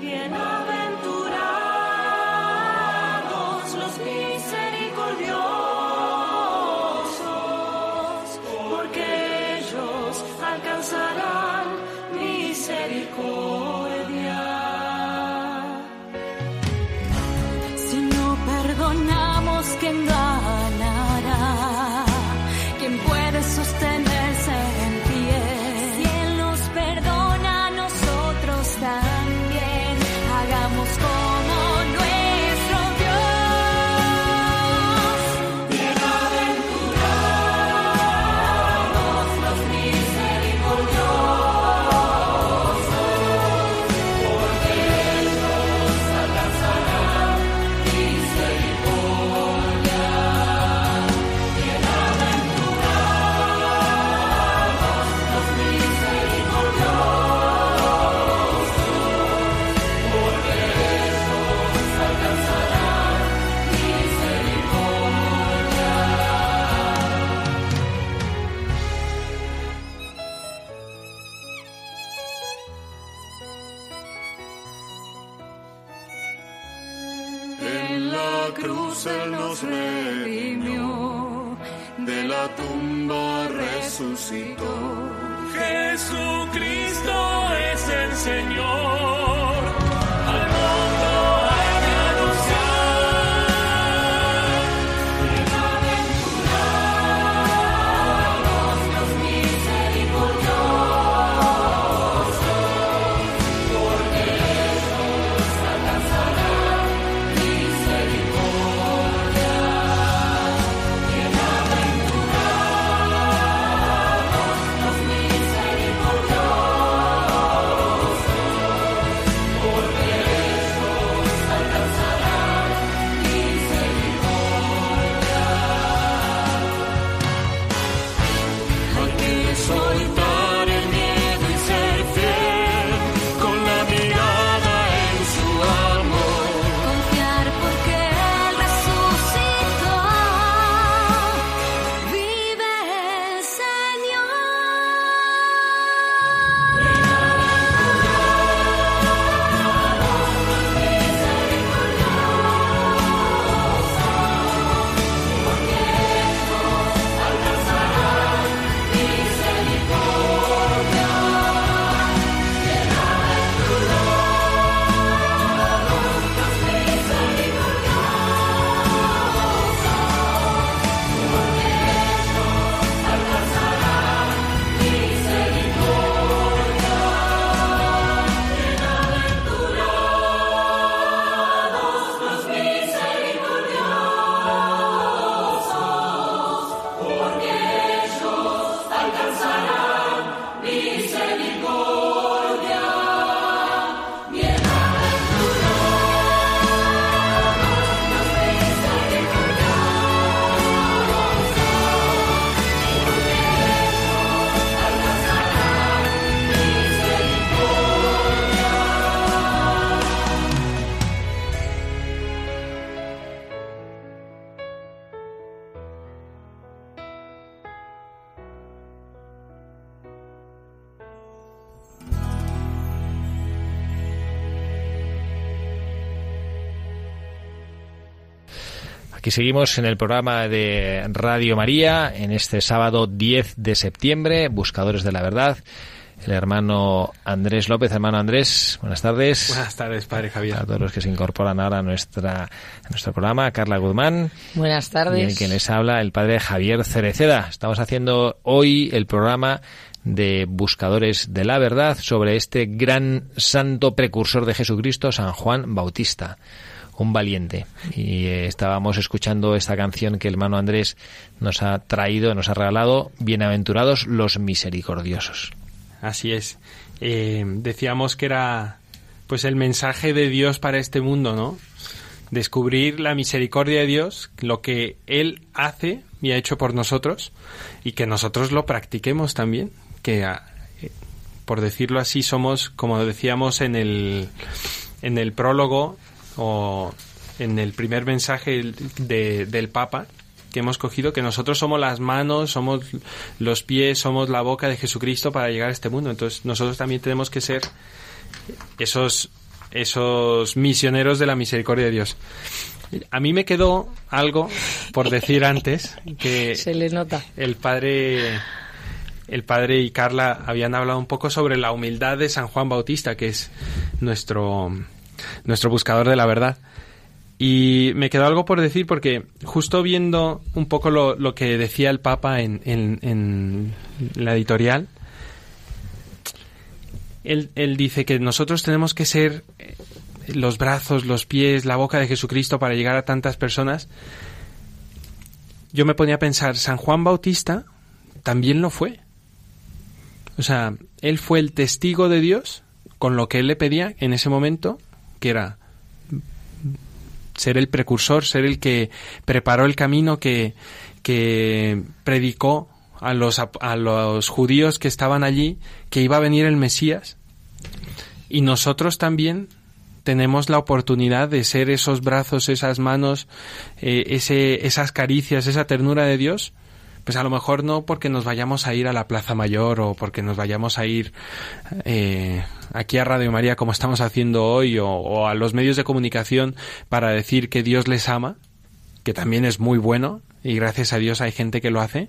Bienaventurados los misericordiosos, porque ellos alcanzarán misericordia. Si no perdonamos, ¿quién ganará? ¿Quién puede sostenerse en pie? Si Él nos perdona, nosotros también. Hagamos como nuestro Dios. Bienaventurados los misericordiosos.
En la cruz Él nos redimió, de la tumba resucitó. Jesucristo es el Señor. Al mundo hay que anunciar.
Aquí seguimos en el programa de Radio María, en este sábado 10 de septiembre, Buscadores de la Verdad. El hermano Andrés López, hermano Andrés, buenas tardes.
Buenas tardes, padre Javier.
A todos los que se incorporan ahora a, nuestra, a nuestro programa, Carla Guzmán.
Buenas
Y el
tardes.
que les habla, el padre Javier Cereceda. Estamos haciendo hoy el programa de Buscadores de la Verdad sobre este gran santo precursor de Jesucristo, San Juan Bautista. Un valiente. Y eh, estábamos escuchando esta canción que el hermano Andrés nos ha traído, nos ha regalado, Bienaventurados los misericordiosos.
Así es. Eh, decíamos que era pues el mensaje de Dios para este mundo, ¿no? Descubrir la misericordia de Dios, lo que Él hace y ha hecho por nosotros, y que nosotros lo practiquemos también, que ah, eh, por decirlo así somos, como decíamos en el, en el prólogo o en el primer mensaje de- del Papa que hemos cogido, que nosotros somos las manos, somos los pies, somos la boca de Jesucristo para llegar a este mundo. Entonces nosotros también tenemos que ser esos, esos misioneros de la misericordia de Dios. A mí me quedó algo por decir antes, que
Se le nota.
el padre el padre y Carla habían hablado un poco sobre la humildad de San Juan Bautista, que es nuestro nuestro buscador de la verdad. Y me quedó algo por decir porque justo viendo un poco lo, lo que decía el Papa en, en- en la editorial, él, él dice que nosotros tenemos que ser eh, los brazos, los pies, la boca de Jesucristo para llegar a tantas personas yo me ponía a pensar, San Juan Bautista también lo fue. O sea, él fue el testigo de Dios con lo que él le pedía en ese momento, que era ser el precursor, ser el que preparó el camino, que, que predicó a los, ap- a los judíos que estaban allí que iba a venir el Mesías. Y nosotros también tenemos la oportunidad de ser esos brazos, esas manos, eh, ese, esas caricias, esa ternura de Dios. Pues a lo mejor no porque nos vayamos a ir a la Plaza Mayor o porque nos vayamos a ir eh, aquí a Radio María como estamos haciendo hoy o, o a los medios de comunicación para decir que Dios les ama, que también es muy bueno y gracias a Dios hay gente que lo hace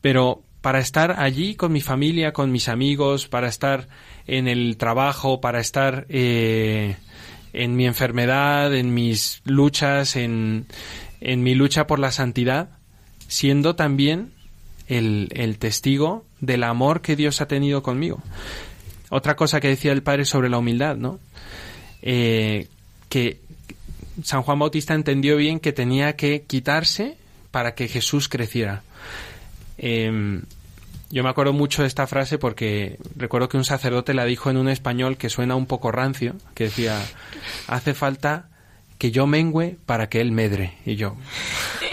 pero para estar allí con mi familia, con mis amigos, para estar en el trabajo, para estar eh, en mi enfermedad, en mis luchas, en, en mi lucha por la santidad, siendo también el, el testigo del amor que Dios ha tenido conmigo. Otra cosa que decía el padre sobre la humildad, ¿no? Eh, que San Juan Bautista entendió bien que tenía que quitarse para que Jesús creciera. Eh, yo me acuerdo mucho de esta frase porque recuerdo que un sacerdote la dijo en un español que suena un poco rancio, que decía, hace falta que yo mengüe para que él medre. Y yo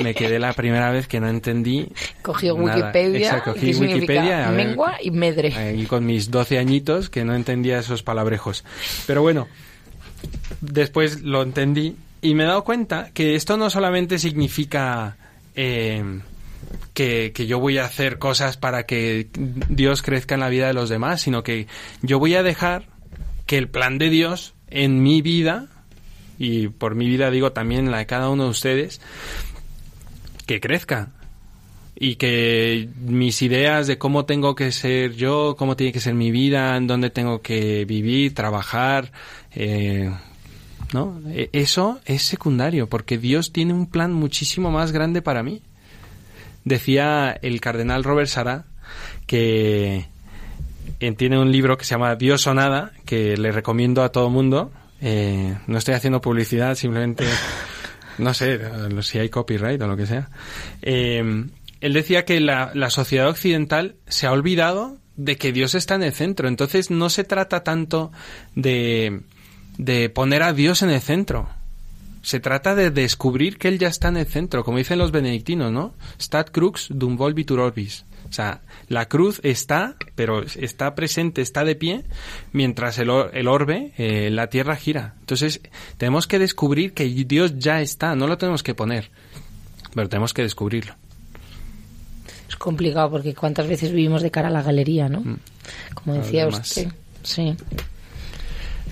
me quedé la primera vez que no entendí.
Cogió
nada.
Wikipedia,
Exacto, cogí
que
Wikipedia,
significa
a ver,
mengua y medre.
Ahí con mis 12 añitos que no entendía esos palabrejos. Pero bueno, después lo entendí y me he dado cuenta que esto no solamente significa eh, que, que yo voy a hacer cosas para que Dios crezca en la vida de los demás, sino que yo voy a dejar que el plan de Dios en mi vida, y por mi vida digo también la de cada uno de ustedes, que crezca, y que mis ideas de cómo tengo que ser yo, cómo tiene que ser mi vida, en dónde tengo que vivir, trabajar, eh, ¿no? E- Eso es secundario, porque Dios tiene un plan muchísimo más grande para mí. Decía el cardenal Robert Sará que eh, tiene un libro que se llama Dios o nada, que le recomiendo a todo mundo. Eh, no estoy haciendo publicidad, simplemente no sé eh, si hay copyright o lo que sea. Eh, él decía que la, la sociedad occidental se ha olvidado de que Dios está en el centro. Entonces no se trata tanto de, de poner a Dios en el centro. Se trata de descubrir que Él ya está en el centro, como dicen los benedictinos, ¿no? Stat crux dum volvitur orbis. O sea, la cruz está, pero está presente, está de pie, mientras el, or- el orbe, eh, la tierra gira. Entonces, tenemos que descubrir que Dios ya está, no lo tenemos que poner, pero tenemos que descubrirlo.
Es complicado porque cuántas
Mm.
veces vivimos de cara a la galería, ¿no? Como
A los
decía
demás.
usted. Sí.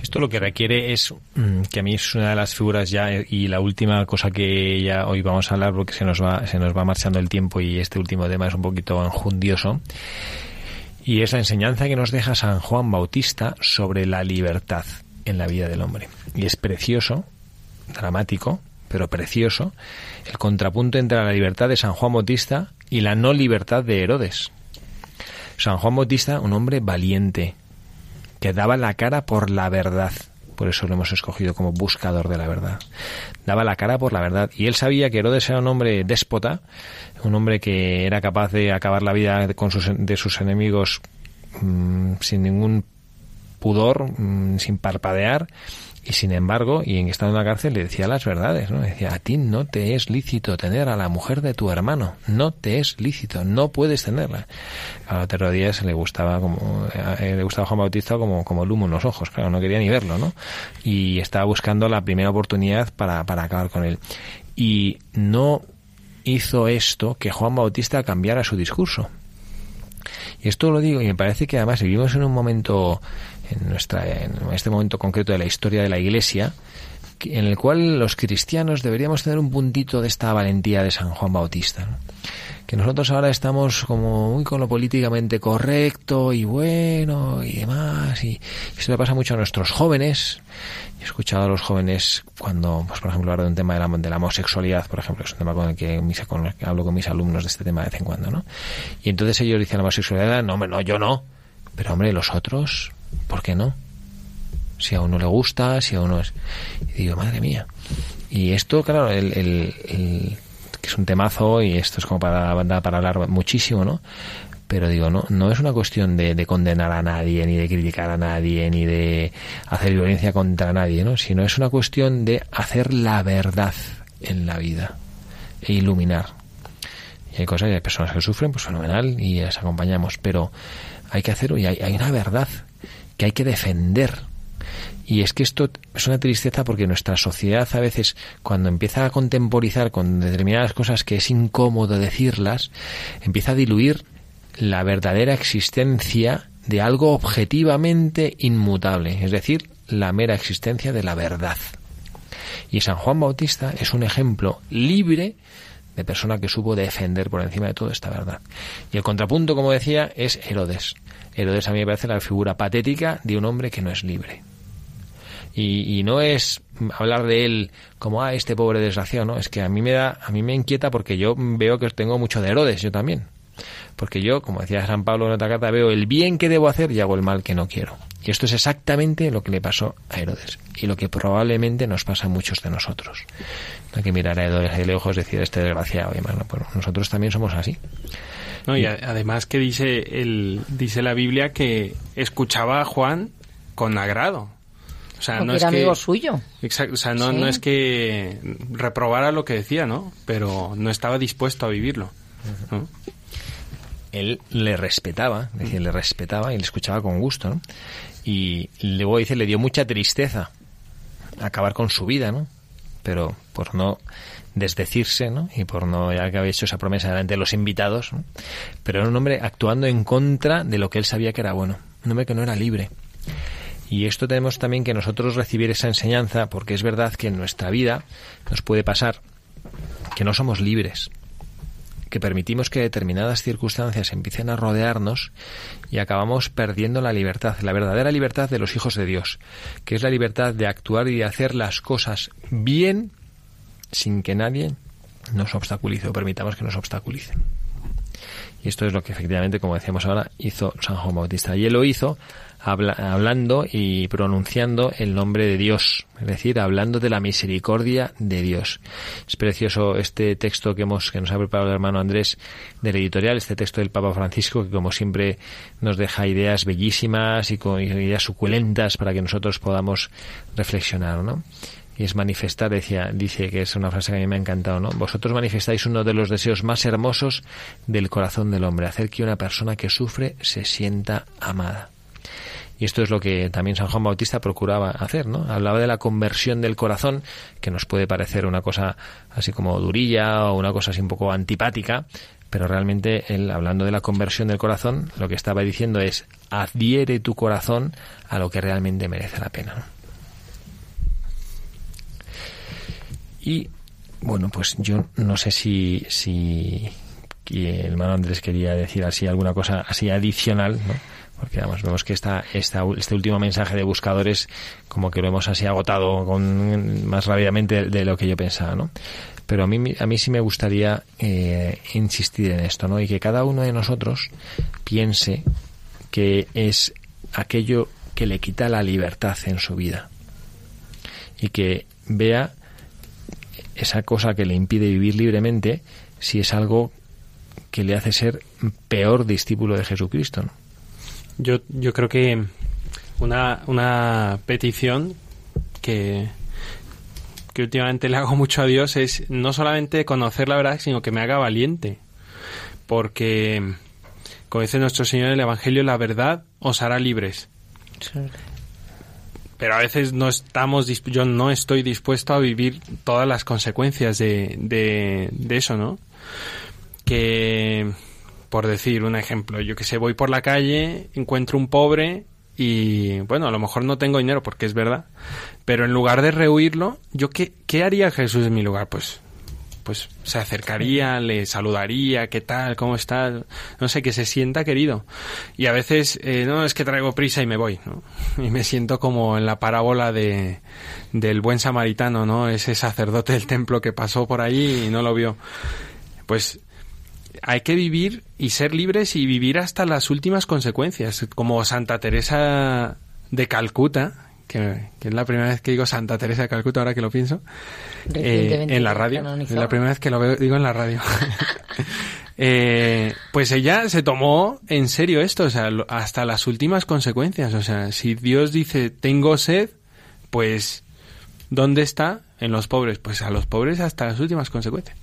Esto lo que requiere es, mm, que a mí es una de las figuras ya eh, y la última cosa que ya hoy vamos a hablar porque se nos va, se nos va marchando el tiempo y este último tema es un poquito enjundioso. Y es la enseñanza que nos deja San Juan Bautista sobre la libertad en la vida del hombre. Y es precioso, dramático, pero precioso, el contrapunto entre la libertad de San Juan Bautista y la no libertad de Herodes. San Juan Bautista, un hombre valiente, que daba la cara por la verdad. Por eso lo hemos escogido como buscador de la verdad. Daba la cara por la verdad. Y él sabía que Herodes era un hombre déspota, un hombre que era capaz de acabar la vida de- con sus, de sus enemigos mm, sin ningún pudor, mm, sin parpadear. Y sin embargo, y en estando en la cárcel, le decía las verdades, ¿no? Decía, a ti no te es lícito tener a la mujer de tu hermano, no te es lícito, no puedes tenerla. A Lotero Díaz le gustaba como, eh, le gustaba Juan Bautista como, como el humo en los ojos, claro, no quería ni verlo, ¿no? Y estaba buscando la primera oportunidad para, para acabar con él. Y no hizo esto que Juan Bautista cambiara su discurso. Y esto lo digo y me parece que además vivimos en un momento, en, nuestra, en este momento concreto de la historia de la Iglesia, que- en el cual los cristianos deberíamos tener un puntito de esta valentía de San Juan Bautista. ¿no? Que nosotros ahora estamos como muy con lo políticamente correcto y bueno y demás. Y esto le pasa mucho a nuestros jóvenes. He escuchado a los jóvenes cuando, pues, por ejemplo, hablar de un tema de la, de la homosexualidad, por ejemplo, que es un tema con el que, mis- con el que hablo con mis alumnos de este tema de vez en cuando, ¿no? Y entonces ellos dicen la homosexualidad, no, hombre, no, yo no. Pero, hombre, los otros, ¿por qué no? si a uno le gusta, si a uno es... Y digo, madre mía. Y esto, claro, el, el- el- que es un temazo y esto es como para, da para hablar muchísimo, ¿no? Pero digo, no, no es una cuestión de, de condenar a nadie, ni de criticar a nadie, ni de hacer violencia contra nadie, ¿no? Sino es una cuestión de hacer la verdad en la vida e iluminar. Y hay cosas y hay personas que sufren, pues fenomenal, y las acompañamos. Pero hay que hacer, y hay, hay una verdad que hay que defender. Y es que esto es una tristeza porque nuestra sociedad a veces, cuando empieza a contemporizar con determinadas cosas que es incómodo decirlas, empieza a diluir la verdadera existencia de algo objetivamente inmutable, es decir, la mera existencia de la verdad. Y San Juan Bautista es un ejemplo libre de persona que supo defender por encima de todo esta verdad. Y el contrapunto, como decía, es Herodes. Herodes a mí me parece la figura patética de un hombre que no es libre. Y, y no es mm, hablar de él como, ah, este pobre desgraciado, ¿no? Es que a mí me da, a mí me inquieta porque yo veo que tengo mucho de Herodes, yo también. Porque yo, como decía San Pablo en otra carta, veo el bien que debo hacer y hago el mal que no quiero. Y esto es exactamente lo que le pasó a Herodes y lo que probablemente nos pasa a muchos de nosotros. No hay que mirar a Herodes de lejos y decir, este desgraciado, y más, no, Pero nosotros también somos así.
No, y a- además que dice el dice la Biblia que escuchaba a Juan con agrado. O sea,
Porque
Ah, no es
era
que
amigo suyo.
Exacto, o sea, no,
Sí.
no es que reprobara lo que decía, ¿no? Pero no estaba dispuesto a vivirlo. ¿no?
él le respetaba, es decir, le respetaba y le escuchaba con gusto, ¿no? Y luego dice, le dio mucha tristeza acabar con su vida, ¿no? Pero por no desdecirse, ¿no? Y por no, ya que había hecho esa promesa delante de los invitados, ¿no? Pero era un hombre actuando en contra de lo que él sabía que era bueno, un hombre que no era libre. Y esto tenemos también que nosotros recibir esa enseñanza, porque es verdad que en nuestra vida nos puede pasar que no somos libres, que permitimos que determinadas circunstancias empiecen a rodearnos y acabamos perdiendo la libertad, la verdadera libertad de los hijos de Dios, que es la libertad de actuar y de hacer las cosas bien sin que nadie nos obstaculice o permitamos que nos obstaculicen. Y esto es lo que efectivamente, como decíamos ahora, hizo San Juan Bautista. Y él lo hizo habla- hablando y pronunciando el nombre de Dios, es decir, hablando de la misericordia de Dios. Es precioso este texto que, hemos, que nos ha preparado el hermano Andrés del editorial, este texto del Papa Francisco, que como siempre nos deja ideas bellísimas y con ideas suculentas para que nosotros podamos reflexionar, ¿no? y es manifestar, decía, dice que es una frase que a mí me ha encantado, ¿no? Vosotros manifestáis uno de los deseos más hermosos del corazón del hombre, hacer que una persona que sufre se sienta amada. Y esto es lo que también San Juan Bautista procuraba hacer, ¿no? Hablaba de la conversión del corazón, que nos puede parecer una cosa así como durilla o una cosa así un poco antipática, pero realmente él, hablando de la conversión del corazón, lo que estaba diciendo es adhiere tu corazón a lo que realmente merece la pena. ¿no? Y bueno, pues yo no sé si, si que el hermano Andrés quería decir así alguna cosa así adicional, ¿no? Porque además vemos que esta, esta, este último mensaje de buscadores como que lo hemos así agotado con, más rápidamente de, de lo que yo pensaba, ¿no? Pero a mí, a mí sí me gustaría eh, insistir en esto, ¿no? Y que cada uno de nosotros piense que es aquello que le quita la libertad en su vida y que vea esa cosa que le impide vivir libremente si es algo que le hace ser peor discípulo de Jesucristo. ¿no?
Yo, yo creo que una, una petición que, que últimamente le hago mucho a Dios es no solamente conocer la verdad, sino que me haga valiente. Porque, como dice nuestro Señor en el Evangelio, la verdad os hará libres. Eh, Pero a veces no estamos, disp- yo no estoy dispuesto a vivir todas las consecuencias de, de, de eso, ¿no? que, por decir un ejemplo, yo que sé, voy por la calle, encuentro un pobre y, bueno, a lo mejor no tengo dinero porque es verdad, pero en lugar de rehuirlo, yo qué, qué haría Jesús en mi lugar? Pues pues se acercaría, le saludaría, ¿qué tal? ¿Cómo estás? No sé, que se sienta querido. Y a veces, eh, no, es que traigo prisa y me voy, ¿no? Y me siento como en la parábola de, del buen samaritano, ¿no? Ese sacerdote del templo que pasó por allí y no lo vio. Pues hay que vivir y ser libres y vivir hasta las últimas consecuencias, como Santa Teresa de Calcuta, que, que es la primera vez que digo Santa Teresa de Calcuta, ahora que lo pienso, eh,
Recientemente
en la radio. Es
canonizada.
la primera vez que lo veo- digo en la radio. Eh, pues ella se tomó en serio esto, o sea, lo- hasta las últimas consecuencias. O sea, si Dios dice, tengo sed, pues, ¿dónde está? En los pobres. Pues a los pobres hasta las últimas consecuencias.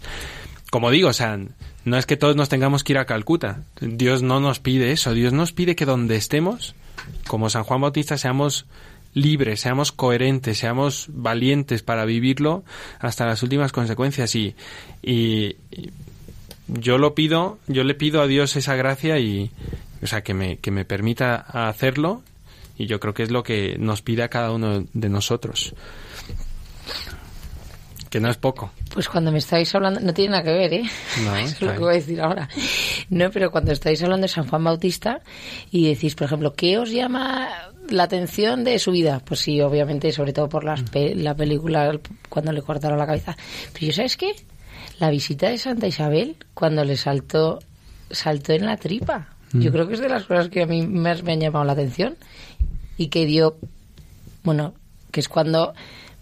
Como digo, o sea, no es que todos nos tengamos que ir a Calcuta. Dios no nos pide eso. Dios nos pide que donde estemos, como San Juan Bautista, seamos libres, seamos coherentes, seamos valientes para vivirlo hasta las últimas consecuencias. Y, y- y yo lo pido, yo le pido a Dios esa gracia y, o sea, que me, que me permita hacerlo. Y yo creo que es lo que nos pide a cada uno de nosotros. Que no es poco.
Pues cuando me estáis hablando, no tiene nada que ver, ¿eh?
No,
es
está
lo que
bien.
voy a decir ahora. No, pero cuando estáis hablando de San Juan Bautista y decís, por ejemplo, ¿qué os llama la atención de su vida? Pues sí, obviamente, sobre todo por
Mm.
las pe- la película cuando le cortaron la cabeza. Pero yo, ¿sabes qué? La visita de Santa Isabel cuando le saltó, saltó en la tripa.
Mm.
Yo creo que es de las cosas que a mí más me han llamado la atención y que dio bueno, que es cuando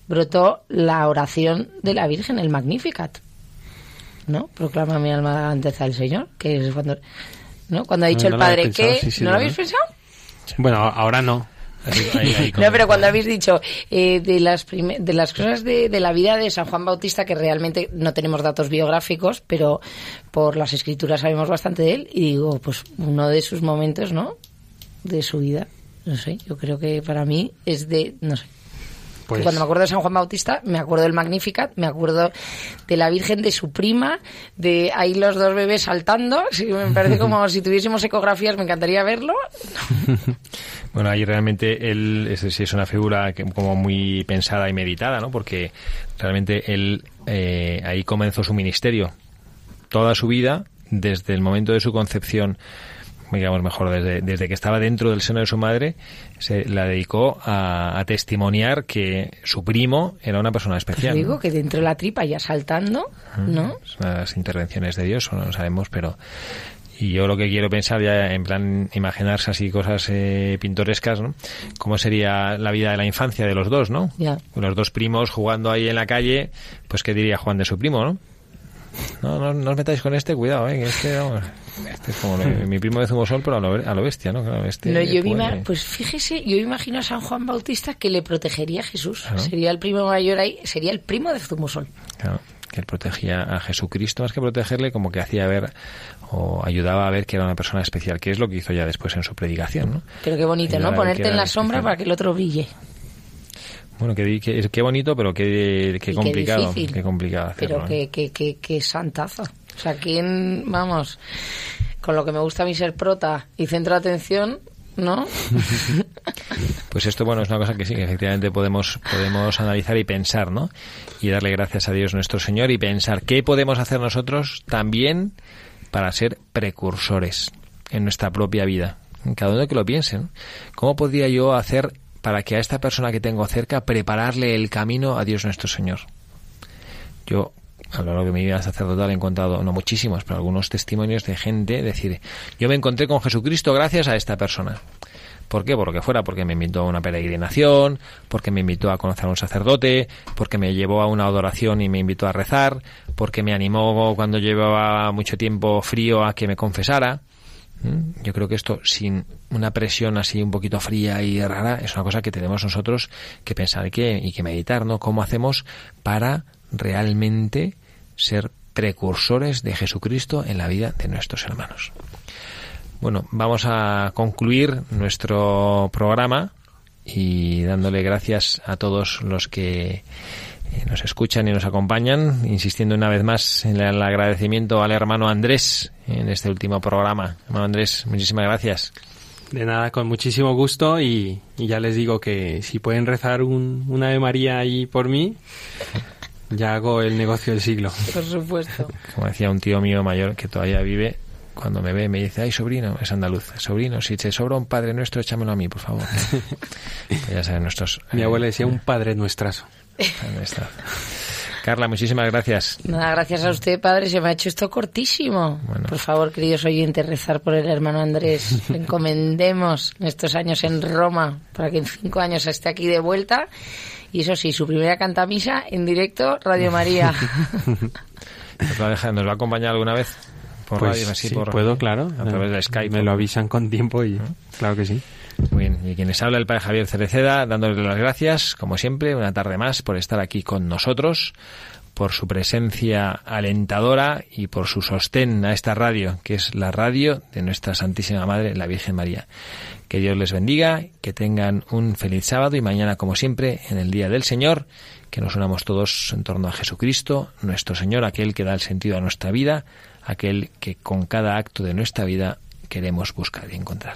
brotó la oración de la Virgen, el Magnificat. ¿No? Proclama mi alma la grandeza del Señor, que es cuando ¿no? cuando ha dicho
no
el
lo había
Padre
pensado,
que
sí, sí,
¿no
lo
lo habéis
vi.
pensado?
Bueno, ahora no.
No, pero cuando habéis dicho eh, de, las prime- de las cosas de, de la vida de San Juan Bautista, que realmente no tenemos datos biográficos, pero por las escrituras sabemos bastante de él, y digo, pues uno de sus momentos, ¿no? De su vida. No sé, yo creo que para mí es de, no sé,
Pues,
Cuando me acuerdo de San Juan Bautista, me acuerdo del Magnificat, me acuerdo de la Virgen, de su prima, de ahí los dos bebés saltando. Sí, me parece como si tuviésemos ecografías, me encantaría verlo.
Bueno, ahí realmente él es, sí es una figura que, como muy pensada y meditada, ¿no? Porque realmente él eh, ahí comenzó su ministerio. Toda su vida, desde el momento de su concepción, digamos mejor, desde, desde que estaba dentro del seno de su madre, se la dedicó a, a testimoniar que su primo era una persona
Te
especial. ¿no? Ah,
digo que dentro de la tripa ya saltando, ¿no?
Pues las intervenciones de Dios, o no lo sabemos, pero... Y yo lo que quiero pensar ya, en plan, imaginarse así cosas eh, pintorescas, ¿no? ¿Cómo sería la vida de la infancia de los dos, no?
Ya.
Los dos primos jugando ahí en la calle, pues ¿qué diría Juan de su primo, no? No, no, no os metáis con este, cuidado, ¿eh? Que este, vamos, este es como lo- mi primo de Zumosol, pero a lo, a lo bestia, ¿no? Claro, este
No, yo me
puede-
ima- pues fíjese, yo imagino a San Juan Bautista que le protegería a Jesús.
Claro.
Sería el primo mayor ahí, sería el primo de Zumosol.
Claro, que él protegía a Jesucristo más que protegerle, como que hacía ver o ayudaba a ver que era una persona especial, que es lo que hizo ya después en su predicación. ¿no?
Pero qué bonito,
Ayudaba a
¿no?
ver
Ponerte
que era
en la sombra
especial.
para que el otro brille.
Bueno, que, di- que- qué bonito, pero qué, qué
Y
complicado. Qué,
difícil.
complicado hacerlo.
Pero
¿eh?
que, que, que, que santazo. O sea, ¿quién, vamos, con lo que me gusta a mí ser prota y centro de atención, ¿no?
Pues esto, bueno, es una cosa que sí, que efectivamente podemos, podemos analizar y pensar, ¿no? Y darle gracias a Dios nuestro Señor y pensar qué podemos hacer nosotros también para ser precursores en nuestra propia vida. Cada uno que lo piense, ¿no? ¿Cómo podría yo hacer para que a esta persona que tengo cerca prepararle el camino a Dios nuestro Señor? Yo, a lo largo de mi vida sacerdotal, he encontrado, no muchísimos, pero algunos testimonios de gente decir, yo me encontré con Jesucristo gracias a esta persona. ¿Por qué? Por lo que fuera, porque me invitó a una peregrinación, porque me invitó a conocer a un sacerdote, porque me llevó a una adoración y me invitó a rezar, porque me animó cuando llevaba mucho tiempo frío a que me confesara. ¿Mm? Yo creo que esto, sin una presión así un poquito fría y rara, es una cosa que tenemos nosotros que pensar y que, y que meditar, ¿no? ¿Cómo hacemos para realmente ser precursores de Jesucristo en la vida de nuestros hermanos? Bueno, vamos a concluir nuestro programa y dándole gracias a todos los que eh, nos escuchan y nos acompañan, insistiendo una vez más en el agradecimiento al hermano Andrés en este último programa. Hermano Andrés, muchísimas gracias.
De nada, con muchísimo gusto y, y ya les digo que si pueden rezar un, un Ave María ahí por mí, ya hago el negocio del siglo.
Por supuesto.
Como decía un tío mío mayor que todavía vive, cuando me ve me dice, ay sobrino, es andaluz, sobrino, si te sobra un padre nuestro, échamelo a mí, por favor. Pues ya saben, nuestros...
Mi abuela decía un padre nuestrazo.
Ahí está. Carla, muchísimas gracias.
Nada, gracias a usted, padre. Se me ha hecho esto cortísimo.
Bueno.
Por favor, queridos oyentes, rezar por el hermano Andrés. Le encomendemos estos años en Roma para que en cinco años esté aquí de vuelta. Y eso sí, su primera cantamisa en directo, Radio María.
¿Nos va a, dejar- nos va a acompañar alguna vez? Por
Pues
radio, así
sí,
por-
puedo, claro.
A través de Skype.
Me lo avisan con tiempo y claro que sí.
Muy bien, y quienes habla el padre Javier Cereceda, dándole las gracias, como siempre, una tarde más por estar aquí con nosotros, por su presencia alentadora y por su sostén a esta radio, que es la radio de nuestra Santísima Madre, la Virgen María. Que Dios les bendiga, que tengan un feliz sábado y mañana, como siempre, en el Día del Señor, que nos unamos todos en torno a Jesucristo, nuestro Señor, aquel que da el sentido a nuestra vida, aquel que con cada acto de nuestra vida queremos buscar y encontrar.